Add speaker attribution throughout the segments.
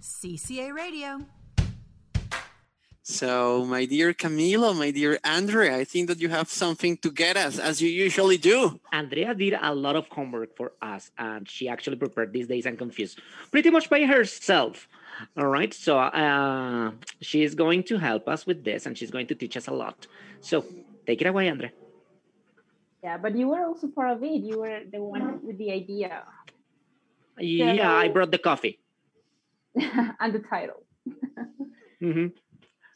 Speaker 1: CCA Radio.
Speaker 2: So, my dear Camilo, my dear Andrea, I think that you have something to get us, as you usually do.
Speaker 3: Andrea did a lot of homework for us, and she actually prepared these days and confused pretty much by herself. All right, so uh, she is going to help us with this, and she's going to teach us a lot. So, take it away, Andrea.
Speaker 4: Yeah, but you were also part of it. You were the one with the idea
Speaker 3: Yeah, I brought the coffee.
Speaker 4: and the title.
Speaker 3: hmm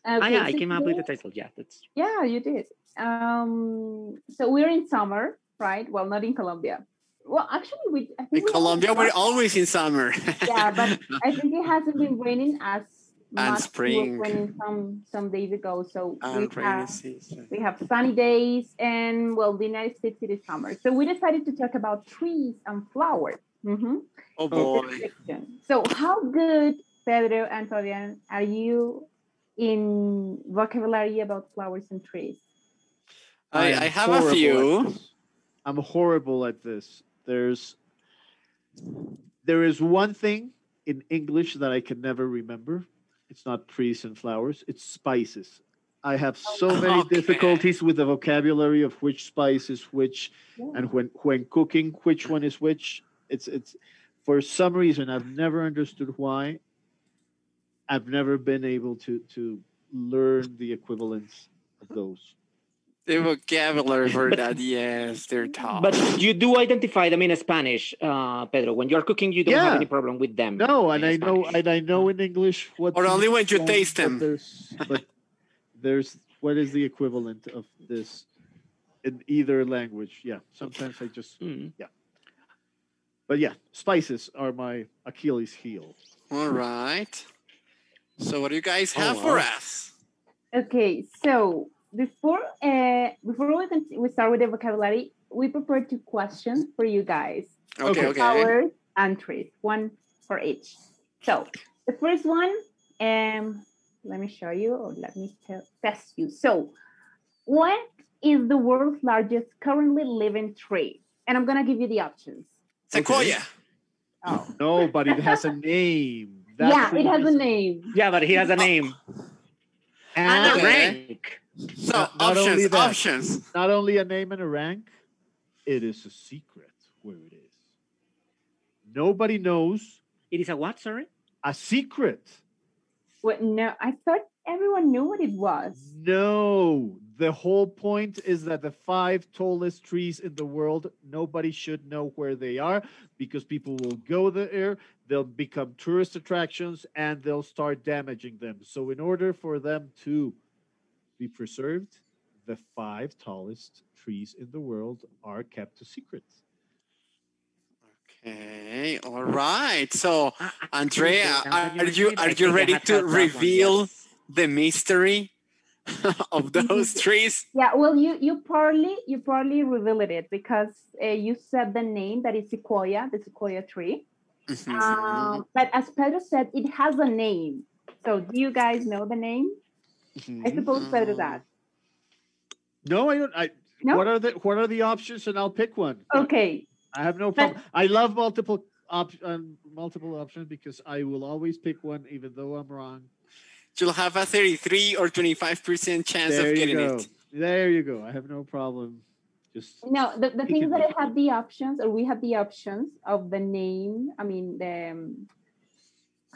Speaker 4: Okay,
Speaker 3: yeah, I
Speaker 4: so
Speaker 3: came up
Speaker 4: today-
Speaker 3: with the title. Yeah, that's
Speaker 4: Yeah, you did. Um, so we're in summer, right? Well, not in Colombia. Well, actually, we. I
Speaker 2: In
Speaker 4: think we
Speaker 2: Colombia,
Speaker 4: always-
Speaker 2: we're always in summer.
Speaker 4: Yeah, but I think it hasn't been raining as much. It was
Speaker 2: spring.
Speaker 4: raining some some days ago, so
Speaker 2: and
Speaker 4: we
Speaker 2: rainy
Speaker 4: have
Speaker 2: season.
Speaker 4: we have sunny days, and well, the United States it is summer. So we decided to talk about trees and flowers. hmm
Speaker 2: Oh
Speaker 4: this
Speaker 2: boy.
Speaker 4: section. So, how good, Pedro and Fabian, are you in vocabulary about flowers and trees?
Speaker 2: I,
Speaker 5: am
Speaker 2: I have a
Speaker 5: horrible at
Speaker 2: few.
Speaker 5: this. I'm horrible at this. There's there is one thing in English that I can never remember. It's not trees and flowers, it's spices. I have so many
Speaker 2: Okay.
Speaker 5: difficulties with the vocabulary of which spice is which
Speaker 4: Yeah.
Speaker 5: and when when cooking which one is which. It's it's for some reason I've never understood why. I've never been able to to learn the equivalence of those.
Speaker 2: The vocabulary for that, yes, they're tough.
Speaker 3: But you do identify them in Spanish, uh, Pedro. When you're cooking, you don't have
Speaker 5: Yeah.
Speaker 3: any problem with them.
Speaker 5: No, and
Speaker 3: in
Speaker 5: I know,
Speaker 3: Spanish.
Speaker 5: and I know in English what.
Speaker 2: Or
Speaker 5: to
Speaker 2: only when you
Speaker 5: say,
Speaker 2: taste
Speaker 5: but
Speaker 2: them.
Speaker 5: There's, but there's what is the equivalent of this in either language? Yeah, sometimes I just.
Speaker 3: Mm.
Speaker 5: But yeah, spices are my Achilles heel.
Speaker 2: All right. So, what do you guys
Speaker 3: Oh,
Speaker 2: have for
Speaker 3: wow.
Speaker 2: us?
Speaker 4: Okay, so before uh, before we, con- we start with the vocabulary, we prepared two questions for you guys:
Speaker 2: Okay, okay.
Speaker 4: flowers and trees, one for each. So the first one, um, let me show you, or let me te- test you. So, what is the world's largest currently living tree? And I'm gonna give you the options.
Speaker 2: Sequoia.
Speaker 4: Oh.
Speaker 5: No, but it has a name.
Speaker 4: yeah,
Speaker 5: the
Speaker 4: it has a
Speaker 5: reason.
Speaker 4: name.
Speaker 3: Yeah, but he has a name and
Speaker 2: Okay.
Speaker 3: a rank.
Speaker 2: So,
Speaker 5: Not- not only
Speaker 2: options,
Speaker 5: that.
Speaker 2: options.
Speaker 5: Not only a name and a rank, it is a secret where it is. Nobody knows
Speaker 3: It is a what? Sorry.
Speaker 5: a secret.
Speaker 4: What? No, I thought everyone knew what it was.
Speaker 5: No, the whole point is that the five tallest trees in the world, nobody should know where they are because people will go there, they'll become tourist attractions, and they'll start damaging them. So, in order for them to be preserved, the five tallest trees in the world are kept a secret.
Speaker 2: Okay, all right. So,
Speaker 3: Ah, ah,
Speaker 2: Andrea,
Speaker 3: okay, now that
Speaker 2: are you
Speaker 3: mention it,
Speaker 2: are
Speaker 3: I
Speaker 2: you
Speaker 3: think I
Speaker 2: ready
Speaker 3: have
Speaker 2: to
Speaker 3: that one,
Speaker 2: reveal
Speaker 3: yes.
Speaker 2: the mystery of those trees?
Speaker 4: Yeah, well, you you partly you partly revealed it because uh, you said the name that is sequoia, the sequoia tree. Um, but as Pedro said, it has a name. So do you guys know the name? I suppose Pedro
Speaker 2: Mm.
Speaker 4: does.
Speaker 5: No, I don't. I,
Speaker 4: No? Oh,
Speaker 5: What are the what are the options, and I'll pick one.
Speaker 4: Okay.
Speaker 5: I have no
Speaker 4: But-
Speaker 5: problem. I love multiple op- um, multiple options because I will always pick one, even though I'm wrong.
Speaker 2: Mm-hmm. You'll have a 33 or 25% chance
Speaker 5: there
Speaker 2: of
Speaker 5: you
Speaker 2: getting
Speaker 5: go.
Speaker 2: it.
Speaker 5: There you go. I have no problem. Just
Speaker 4: No, the, the
Speaker 5: It
Speaker 4: thing is
Speaker 5: can
Speaker 4: that
Speaker 5: be.
Speaker 4: I have the options, or we have the options of the name. I mean, the um,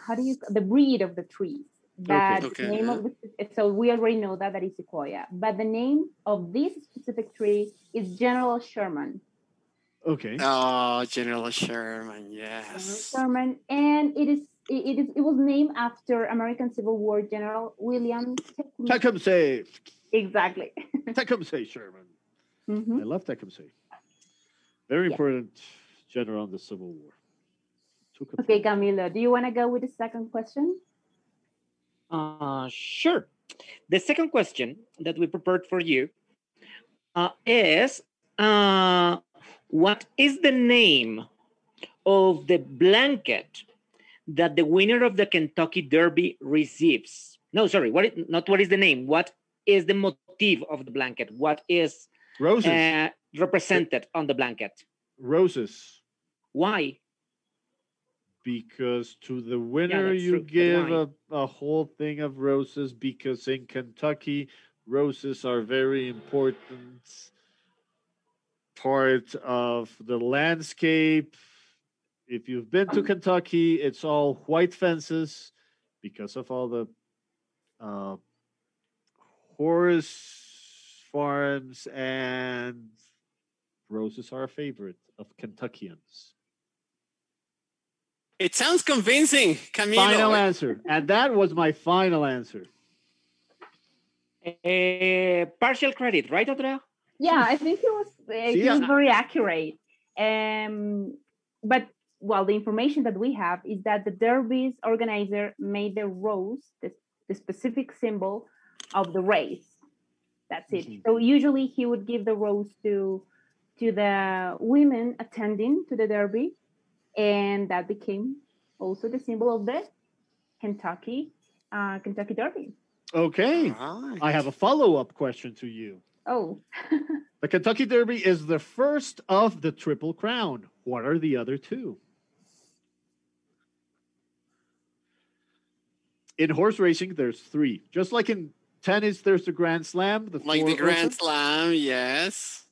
Speaker 4: how do you the breed of the trees. That
Speaker 2: Okay.
Speaker 4: name of the, so we already know that that is sequoia, but the name of this specific tree is General Sherman.
Speaker 5: okay.
Speaker 2: Oh, General Sherman, yes.
Speaker 4: Sherman, and it is it, it is it was named after American Civil War General William Tecumseh.
Speaker 5: Tecumseh,
Speaker 4: Exactly.
Speaker 5: Tecumseh Sherman.
Speaker 4: Mhm.
Speaker 5: I love Tecumseh. Very
Speaker 4: Yeah.
Speaker 5: important general in the Civil War. Took a
Speaker 4: Okay, Camilo, do you want to go with the second question?
Speaker 3: Uh, sure. The second question that we prepared for you uh, is uh, what is the name of the blanket that the winner of the Kentucky Derby receives? No, sorry, what is, not what is the name. What is the motif of the blanket? What is
Speaker 5: roses.
Speaker 3: uh, represented on the blanket?
Speaker 5: roses.
Speaker 3: Why?
Speaker 5: because to the winner
Speaker 3: that's true,
Speaker 5: you
Speaker 3: for the
Speaker 5: give a,
Speaker 3: wine.
Speaker 5: a whole thing of roses because in Kentucky roses are very important part of the landscape. If you've been to Kentucky, it's all white fences because of all the uh, horse farms and roses are a favorite of Kentuckians.
Speaker 2: It sounds convincing, Camilo.
Speaker 5: final answer. And that was my final answer.
Speaker 3: Uh, partial credit, right, Andrea?
Speaker 4: Yeah, I think he was uh, he
Speaker 5: See,
Speaker 4: was
Speaker 5: I-
Speaker 4: very accurate. Um, but well, the information that we have is that the derby's organizer made the rose the, the specific symbol of the race. That's it.
Speaker 5: Mhm.
Speaker 4: So usually he would give the rose to to the women attending to the derby, and that became also the symbol of the Kentucky uh, Kentucky Derby.
Speaker 5: Okay.
Speaker 2: Right.
Speaker 5: I have a follow up question to you.
Speaker 4: Oh,
Speaker 5: The Kentucky Derby is the first of the Triple Crown. What are the other two? In horse racing, there's three. Just like in tennis, there's the Grand Slam. The
Speaker 2: like
Speaker 5: four
Speaker 2: the Grand
Speaker 5: horses.
Speaker 2: Slam, yes.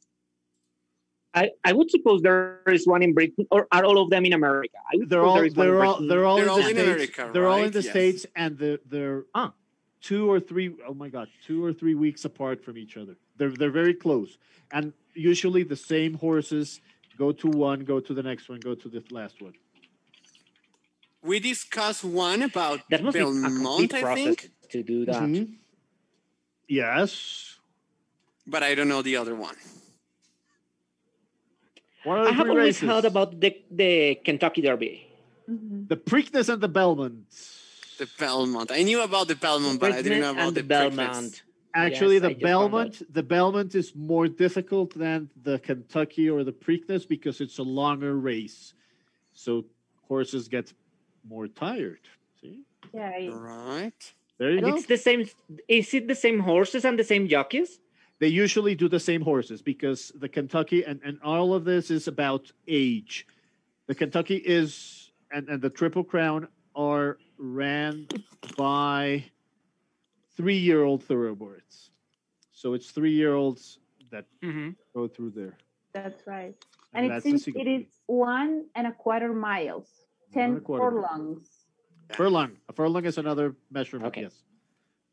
Speaker 3: I, I would suppose there is one in Britain, or are all of them in America? I would
Speaker 5: They're
Speaker 3: suppose
Speaker 5: all
Speaker 3: there is one in
Speaker 5: they're all
Speaker 3: Britain.
Speaker 2: They're all
Speaker 5: they're all in the
Speaker 2: in
Speaker 5: states.
Speaker 2: America,
Speaker 5: they're all in
Speaker 2: right?
Speaker 5: the
Speaker 2: Yes.
Speaker 5: states, and the they're
Speaker 3: Ah.
Speaker 5: two or three oh my god two or three weeks apart from each other. They're they're very close, and usually the same horses go to one, go to the next one, go to the last one.
Speaker 2: We discussed one about
Speaker 3: That must be a
Speaker 2: Belmont,
Speaker 3: complete
Speaker 2: I
Speaker 3: process
Speaker 2: think,
Speaker 3: to do that.
Speaker 5: Mhm. Yes.
Speaker 2: but I don't know the other one.
Speaker 5: What are the
Speaker 3: I have
Speaker 5: three
Speaker 3: always
Speaker 5: races?
Speaker 3: heard about the, the Kentucky Derby.
Speaker 4: mhm.
Speaker 5: the Preakness and the Belmont.
Speaker 2: The Belmont. I knew about the Belmont, but I didn't know
Speaker 3: Britain
Speaker 2: about
Speaker 3: and
Speaker 2: the Preakness.
Speaker 3: Belmont.
Speaker 5: Actually,
Speaker 3: Yes, I
Speaker 5: the
Speaker 3: just found out.
Speaker 5: Belmont, the Belmont is more difficult than the Kentucky or the Preakness because it's a longer race, so horses get more tired. See,
Speaker 4: yeah, I-
Speaker 2: Right.
Speaker 5: there you
Speaker 3: And
Speaker 5: go.
Speaker 3: it's the same. Is it the same horses and the same jockeys?
Speaker 5: they usually do the same horses because the Kentucky and, and all of this is about age. The Kentucky is and, and the Triple Crown are ran by three year old thoroughbreds. So it's three year olds that
Speaker 3: Mm-hmm.
Speaker 5: go through there.
Speaker 4: that's right. and
Speaker 5: And,
Speaker 4: it
Speaker 5: that's
Speaker 4: seems
Speaker 5: the
Speaker 4: it is one and a quarter miles,
Speaker 5: One and a
Speaker 4: ten
Speaker 5: quarter.
Speaker 4: furlongs.
Speaker 5: furlong. A furlong is another measurement.
Speaker 3: Okay.
Speaker 5: Yes.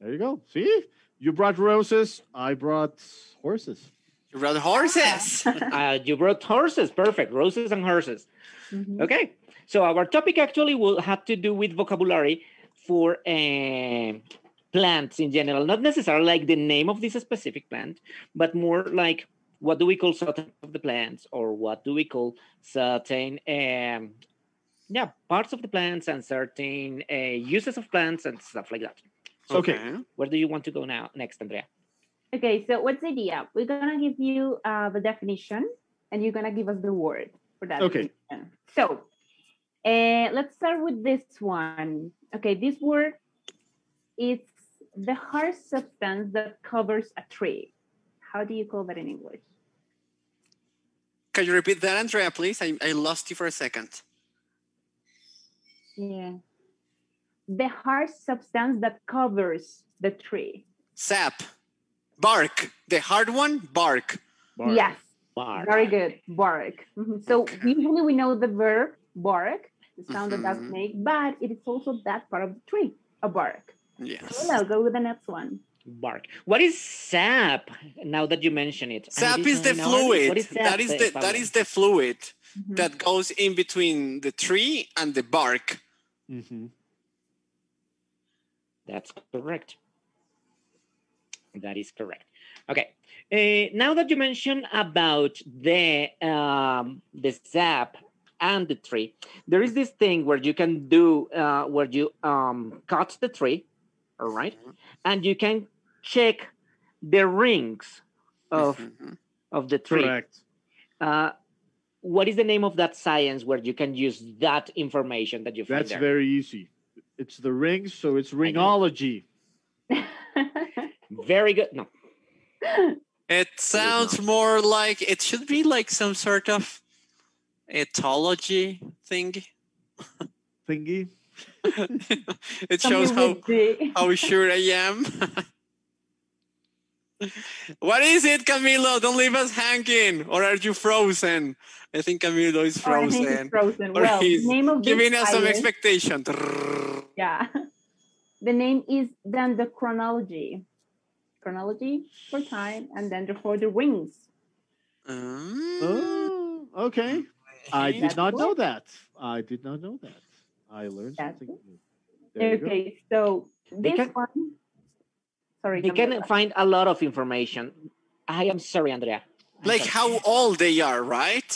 Speaker 5: There you go. See? You brought roses. I brought horses.
Speaker 2: You rode horses.
Speaker 3: uh, you brought horses. Perfect. Roses and horses.
Speaker 4: Mhm.
Speaker 3: Okay. So our topic actually will have to do with vocabulary for um plants in general, not necessarily like the name of this specific plant, but more like what do we call certain of the plants, or what do we call certain um, yeah parts of the plants and certain uh, uses of plants and stuff like that.
Speaker 5: Okay.
Speaker 3: Where do you want to go now next, Andrea?
Speaker 4: Okay, so what's the idea? We're gonna give you uh, the definition, and you're gonna give us the word for that.
Speaker 5: Okay.
Speaker 4: definition. So, uh, let's start with this one. Okay, this word is the hard substance that covers a tree. How do you call that in English?
Speaker 2: Can you repeat that, Andrea, please? I, I lost you for a second.
Speaker 4: Yeah. The hard substance that covers the tree.
Speaker 2: Sap. Bark. The hard one, bark.
Speaker 5: Bark.
Speaker 4: Yes.
Speaker 3: Bar.
Speaker 4: Very good. Bark. Mhm. So
Speaker 2: Okay.
Speaker 4: usually we know the verb bark, the sound that
Speaker 2: Mhm.
Speaker 4: does make, but it is also that part of the tree, a bark. So
Speaker 2: Yes.
Speaker 4: now go with the next one.
Speaker 3: bark. What is sap? Now that you mention it, I
Speaker 2: Sap
Speaker 3: didn't
Speaker 2: is the
Speaker 3: know an artist.
Speaker 2: fluid.
Speaker 3: What is
Speaker 2: That
Speaker 3: sap, Hmm.
Speaker 2: is
Speaker 3: eh,
Speaker 2: the
Speaker 3: Pablo?
Speaker 2: that is the fluid
Speaker 4: Mhm.
Speaker 2: that goes in between the tree and the bark.
Speaker 5: Mhm.
Speaker 3: That's correct. That is correct. Okay. Uh, now that you mention about the um, the sap and the tree, there is this thing where you can do uh, where you um, cut the tree, all right,
Speaker 2: Mm-hmm.
Speaker 3: and you can check the rings of
Speaker 2: Mhm.
Speaker 3: of the tree.
Speaker 5: Mm-hmm. Correct.
Speaker 3: Uh, what is the name of that science where you can use that information that you find
Speaker 5: That's
Speaker 3: there?
Speaker 5: very easy. It's the rings, so it's
Speaker 3: I know.
Speaker 5: ringology.
Speaker 3: very good. No,
Speaker 2: It sounds more like it should be like some sort of etology thing.
Speaker 5: thingy.
Speaker 2: it shows how
Speaker 4: Something with the-
Speaker 2: how sure I am. what is it, Camilo? Don't leave us hanging. Or are you frozen? I think Camilo is
Speaker 4: Oh, I think
Speaker 2: frozen.
Speaker 4: it's frozen.
Speaker 2: Or
Speaker 4: Well,
Speaker 2: he's
Speaker 4: name of
Speaker 2: Giving
Speaker 4: this
Speaker 2: us some
Speaker 4: island-
Speaker 2: expectation.
Speaker 4: Yeah. The name is then the chronology. Chronology for time and then for the wings.
Speaker 2: Ah,
Speaker 5: Oh, okay. I
Speaker 2: okay.
Speaker 5: did
Speaker 4: That's
Speaker 5: not know
Speaker 4: cool.
Speaker 5: that. I did not know that. I learned
Speaker 4: That's
Speaker 5: something new. There you go.
Speaker 4: Okay, so this
Speaker 3: can-
Speaker 4: one. Sorry,
Speaker 3: They can
Speaker 4: Camila.
Speaker 3: find a lot of information. I am sorry, Andrea. I'm
Speaker 2: Like
Speaker 3: sorry.
Speaker 2: how old they are, right?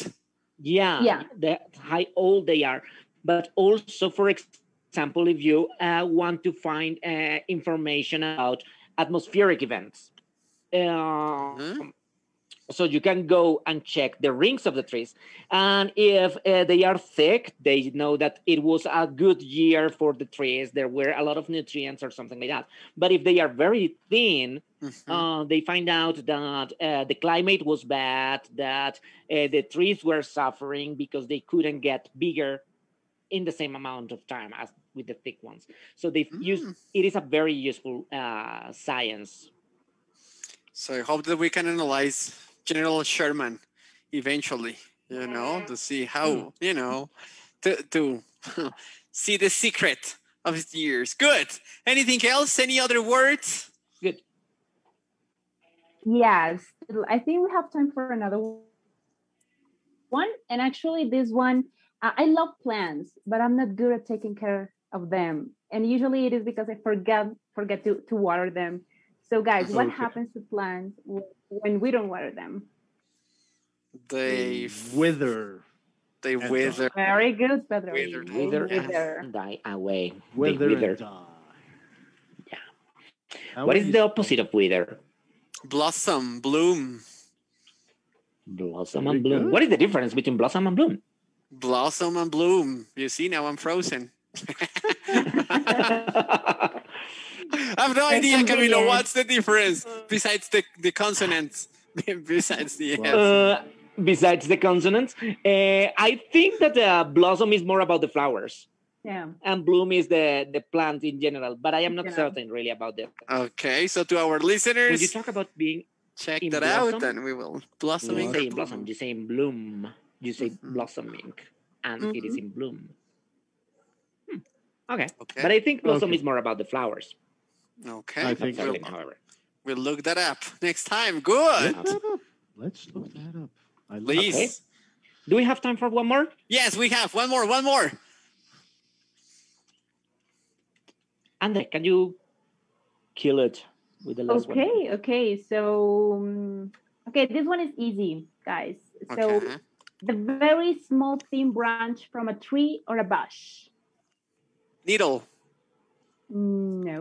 Speaker 3: Yeah,
Speaker 4: Yeah.
Speaker 3: The, how old they are, but also, for example, if you uh, want to find uh, information about atmospheric events, uh,
Speaker 2: Mhm.
Speaker 3: so you can go and check the rings of the trees, and if uh, they are thick, they know that it was a good year for the trees. There were a lot of nutrients or something like that. But if they are very thin,
Speaker 2: Mhm.
Speaker 3: uh, they find out that uh, the climate was bad, that uh, the trees were suffering because they couldn't get bigger in the same amount of time as with the thick ones. So they have used
Speaker 2: Mm.
Speaker 3: it is a very useful uh, science.
Speaker 2: So I hope that we can analyze General Sherman eventually, you know, to see how,
Speaker 3: Hmm.
Speaker 2: you know, to, to see the secret of his years. Good. Anything else? Any other words?
Speaker 4: Yes, I think we have time for another one. And actually, this one, I I love plants, but I'm not good at taking care of them. And usually, it is because I forget forget to to water them. So, guys, what
Speaker 5: Okay.
Speaker 4: happens to plants wh- when we don't water them?
Speaker 2: They
Speaker 5: wither.
Speaker 2: they
Speaker 5: and
Speaker 2: wither.
Speaker 4: Very good, Pedro.
Speaker 2: Withered,
Speaker 4: They
Speaker 3: Wither
Speaker 2: Oh, yeah.
Speaker 4: wither.
Speaker 3: and die away. They
Speaker 5: Wither,
Speaker 3: wither.
Speaker 5: and die.
Speaker 3: Yeah.
Speaker 5: How
Speaker 3: What is
Speaker 5: are you
Speaker 3: the
Speaker 5: spell-
Speaker 3: opposite of wither?
Speaker 2: Blossom, bloom.
Speaker 3: Blossom
Speaker 5: Very
Speaker 3: and bloom.
Speaker 5: good.
Speaker 3: What is the difference between blossom and bloom?
Speaker 2: Blossom and bloom. You see, now I'm frozen. I have no idea, Camilo,
Speaker 4: convenient.
Speaker 2: what's the difference besides the, the consonants, besides the
Speaker 5: Wow.
Speaker 2: F.
Speaker 3: Uh, besides the consonants, uh, I think that uh, blossom is more about the flowers.
Speaker 4: Yeah.
Speaker 3: and bloom is the the plant in general but i am not
Speaker 4: Yeah.
Speaker 3: certain really about that
Speaker 2: Okay, so to our
Speaker 3: when you
Speaker 2: listeners,
Speaker 3: talk about being
Speaker 2: check
Speaker 3: in
Speaker 2: that out
Speaker 3: blossom?
Speaker 2: and we will
Speaker 3: you
Speaker 2: blossoming.
Speaker 3: don't
Speaker 2: or
Speaker 3: say blossom you say in bloom you say
Speaker 4: Mm-hmm.
Speaker 2: Mhm.
Speaker 3: blossoming and it is in bloom Hmm, okay
Speaker 2: Okay.
Speaker 3: but i think blossom
Speaker 5: Okay.
Speaker 3: is more about the flowers
Speaker 2: Okay.
Speaker 5: I
Speaker 3: Not
Speaker 5: think so.
Speaker 3: certain,
Speaker 2: we'll,
Speaker 3: however
Speaker 2: we'll look that up next time. Good.
Speaker 5: Look that up. Let's look that up. I love
Speaker 2: Please.
Speaker 3: Okay. do we have time for one more
Speaker 2: Yes, we have one more, one more.
Speaker 3: andre can you kill it with the last one
Speaker 4: Okay. Okay. So, um, okay, this one is easy, guys. So,
Speaker 2: Okay.
Speaker 4: the very small thin branch from a tree or a bush?
Speaker 2: Needle.
Speaker 4: No,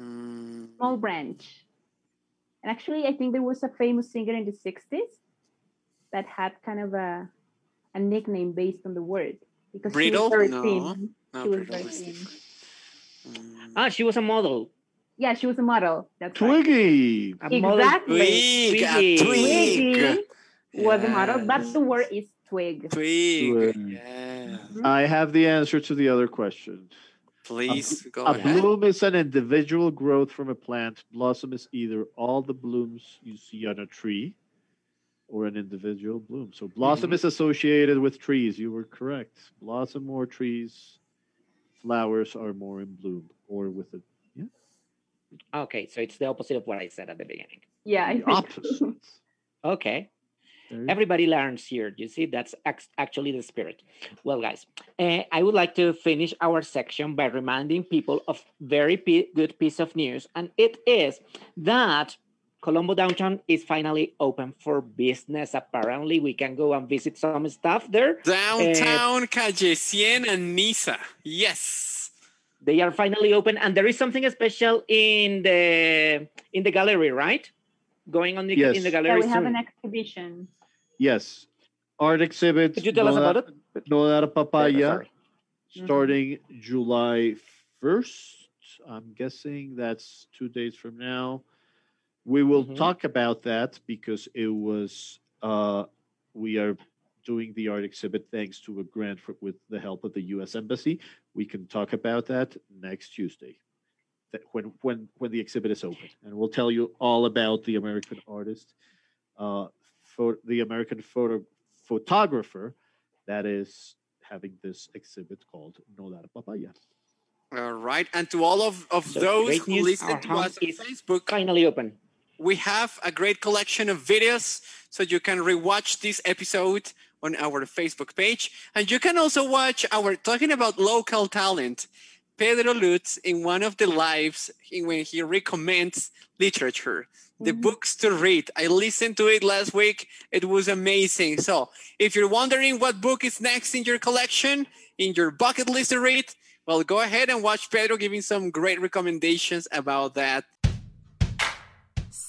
Speaker 2: Mm,
Speaker 4: small branch. And actually, I think there was a famous singer in the 60s that had kind of a, a nickname based on the word because
Speaker 2: Brittle?
Speaker 4: she was very
Speaker 2: No.
Speaker 4: thin.
Speaker 2: no,
Speaker 4: She was
Speaker 2: brittle
Speaker 4: very
Speaker 2: is
Speaker 4: thin.
Speaker 2: different. Mm,
Speaker 3: ah she was a model
Speaker 4: Yeah, she was a model. That's right.
Speaker 5: Twiggy.
Speaker 3: a model
Speaker 4: Exactly.
Speaker 2: Twig, a
Speaker 3: Twiggy.
Speaker 2: twig.
Speaker 4: Twiggy was a model, but the
Speaker 2: Yes.
Speaker 4: word is twig.
Speaker 2: Twig.
Speaker 5: Twig.
Speaker 2: Yeah.
Speaker 5: I have the answer to the other question.
Speaker 2: Please go
Speaker 5: A
Speaker 2: ahead.
Speaker 5: bloom is an individual growth from a plant. Blossom is either all the blooms you see on a tree or an individual bloom. So blossom
Speaker 2: Mhm.
Speaker 3: Mm-hmm.
Speaker 5: is associated with trees. You were correct. Blossom or trees, flowers are more in bloom or with a
Speaker 3: okay so it's the opposite of what i said at the beginning
Speaker 4: Yeah, I
Speaker 5: the
Speaker 4: think-
Speaker 5: opposite.
Speaker 3: okay
Speaker 5: There you
Speaker 3: everybody learns here you see that's act- actually the spirit well guys uh, i would like to finish our section by reminding people of very pi- good piece of news and it is that colombo downtown is finally open for business apparently we can go and visit some stuff there
Speaker 2: Downtown Calle 100 and Nisa. Yes.
Speaker 3: they are finally open and there is something special in the in the gallery right going on the, in the
Speaker 5: Yes.
Speaker 4: yeah,
Speaker 3: gallery
Speaker 4: we have an
Speaker 3: soon.
Speaker 4: exhibition.
Speaker 5: Yes. Art exhibit.
Speaker 3: could you tell us about it
Speaker 5: No, not a papaya.
Speaker 3: Sorry.
Speaker 5: starting July 1st. I'm guessing that's two days from now. We will
Speaker 3: Mhm.
Speaker 5: talk about that because it was, uh, we are doing the art exhibit thanks to a grant for, with the help of the U.S. Embassy. We can talk about that next Tuesday, that when when when the exhibit is open, and we'll tell you all about the American artist, uh, for the American photo photographer, that is having this exhibit called No Dar Papaya.
Speaker 2: All right. And to all of, of
Speaker 3: So,
Speaker 2: those
Speaker 3: great
Speaker 2: who
Speaker 3: news,
Speaker 2: listen
Speaker 3: our
Speaker 2: to
Speaker 3: house
Speaker 2: us on
Speaker 3: is
Speaker 2: Facebook,
Speaker 3: Finally open.
Speaker 2: we have a great collection of videos so you can rewatch this episode on our Facebook page. And you can also watch our talking about local talent, Pedro Lutz, in one of the lives in when he recommends literature, the
Speaker 4: Mhm.
Speaker 2: books to read. I listened to it last week. It was amazing. So if you're wondering what book is next in your collection, in your bucket list to read, well, go ahead and watch Pedro giving some great recommendations about that.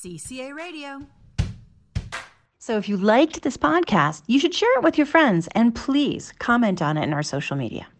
Speaker 1: CCA Radio.
Speaker 6: So if you liked this podcast, you should share it with your friends and please comment on it in our social media.